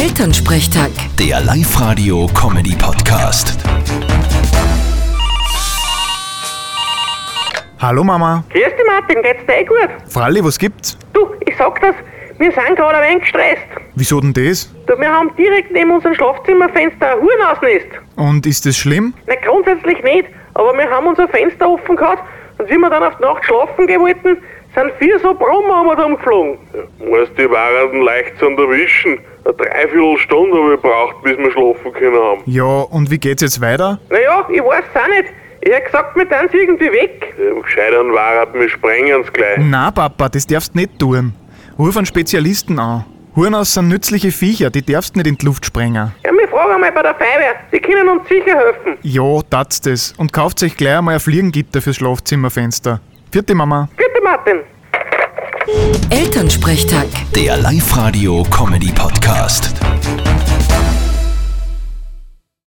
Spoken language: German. Elternsprechtag. Der Live-Radio-Comedy-Podcast. Hallo Mama. Grüß dich Martin, geht's dir eh gut? Fralli, was gibt's? Du, ich sag das, wir sind gerade ein wenig gestresst. Wieso denn das? Du, wir haben direkt neben unserem Schlafzimmerfenster ein Huhnausnest. Und ist das schlimm? Na grundsätzlich nicht, aber wir haben unser Fenster offen gehabt und wie wir dann auf die Nacht schlafen gehen wollten, sind vier so Brommer umgeflogen. Musst die Wahrheiten leicht zu erwischen. Eine Dreiviertelstunde habe ich gebraucht, bis wir schlafen können haben. Ja, und wie geht's jetzt weiter? Naja, ich weiß auch nicht. Ich hab gesagt, wir tun irgendwie weg. Dem gescheiteren Wahrheiten, wir sprengen's gleich. Na Papa, das darfst nicht tun. Ruf einen Spezialisten an. Hurnaus sind nützliche Viecher, die darfst nicht in die Luft sprengen. Ja, wir fragen einmal bei der Feuerwehr, die können uns sicher helfen. Ja, tat's das. Und kauft euch gleich einmal ein Fliegengitter fürs Schlafzimmerfenster. Vierte Mama. Bitte Martin. Elternsprechtag. Der Live-Radio-Comedy-Podcast.